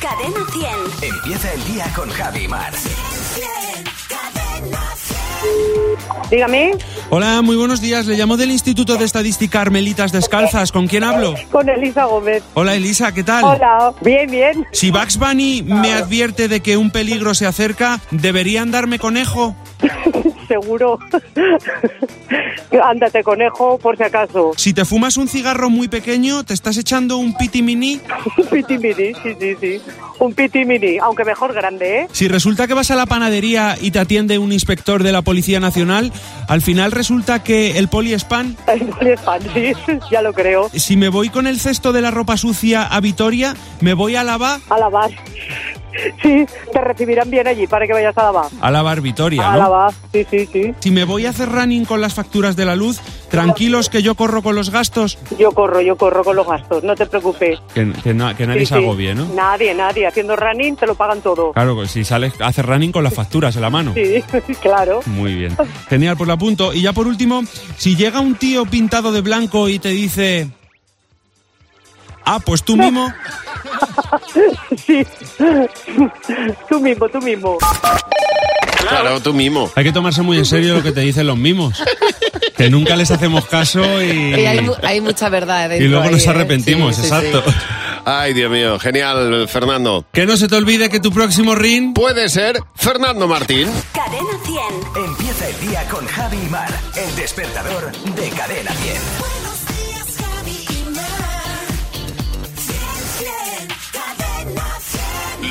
Cadena 100. Empieza el día con Javi Mar. Dígame, Hola, muy buenos días. Le llamo del Instituto de Estadística Carmelitas Descalzas. ¿Con quién hablo? con Elisa Gómez. Hola, Elisa, ¿qué tal? Hola, bien, bien. Si Bugs Bunny me advierte de que un peligro se acerca, ¿deberían darme conejo? Seguro. Ándate, conejo, por si acaso. Si te fumas un cigarro muy pequeño, ¿te estás echando un piti mini? Un piti mini, sí, sí, sí. Un piti mini, aunque mejor grande, ¿eh? Si resulta que vas a la panadería y te atiende un inspector de la Policía Nacional, al final resulta que el poli es pan. Es fan, sí, ya lo creo. Si me voy con el cesto de la ropa sucia a Vitoria, ¿me voy a lavar? A lavar. Sí, te recibirán bien allí para que vayas a lavar. A lavar Vitoria, ¿no? A lavar, sí, sí, sí. Si me voy a hacer running con las facturas de la luz, tranquilos que yo corro con los gastos. Yo corro, yo corro con los gastos, no te preocupes. Que, que na- que nadie Sí, se sí. agobie, ¿no? Nadie, nadie. Haciendo running te lo pagan todo. Claro, pues si sales, haces running con las facturas en la mano. Sí, claro. Muy bien. Genial, pues la apunto. Y ya por último, si llega un tío pintado de blanco y te dice... Ah, pues tú mismo. Sí. Tú mismo, tú mismo. Claro, tú mismo. Hay que tomarse muy en serio lo que te dicen los mimos. Que nunca les hacemos caso y... Y hay, mu- hay mucha verdad dentro y luego ahí, nos ¿eh? arrepentimos, Sí, sí, sí. exacto. Ay, Dios mío, genial, Fernando. Que no se te olvide que tu próximo ring... Puede ser Fernando Martín. Cadena 100. Empieza el día con Javi Mar. El despertador de Cadena 10. Buenos días, Javi y Mar. Bien, bien, cadena 100.